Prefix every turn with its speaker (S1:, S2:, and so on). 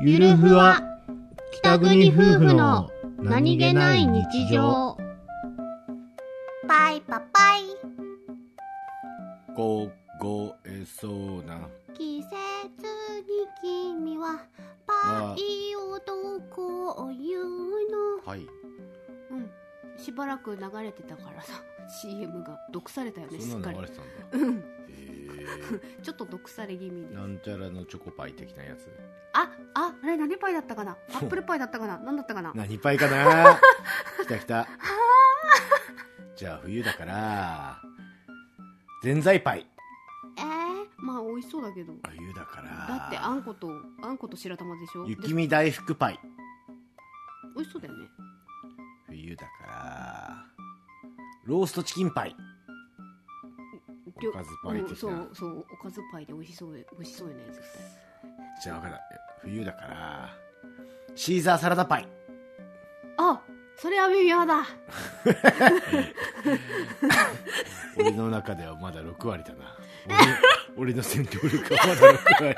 S1: ゆるふわ北国夫婦の何気ない日常
S2: パイパパイ
S3: 凍えそうな
S2: 季節に君はパイ男を言うの
S3: はい
S4: うんしばらく流れてたからさ CM が毒されたよねす
S3: そ
S4: っ
S3: ん
S4: か
S3: なの
S4: り
S3: 流れてたんだ
S4: うん
S3: へ
S4: ちょっと毒され気味
S3: え
S4: で
S3: なんちゃらのチョコパイ的なやつ
S4: あああれ何パイだったかなアップルパイだったかな何だったかな
S3: 何パイか な来た来たじゃあ冬だからぜんざいパイ
S2: え
S4: まあ美味しそうだけど
S3: 冬だから
S4: だってあんことあんこと白玉でしょで
S3: 雪見大福パイ
S4: 美味しそうだよね
S3: 冬だからローストチキンパイ
S4: りょ
S3: おかずパイ
S4: うん
S3: 的
S4: そ
S3: な
S4: うそうおかずパイで美味しそうで美味しそうよね絶対
S3: じゃあ分からん冬だからシーザーサラダパイ
S4: あそれは微妙だ
S3: 俺の中ではまだ6割だな俺の俺の戦闘力はまだ6割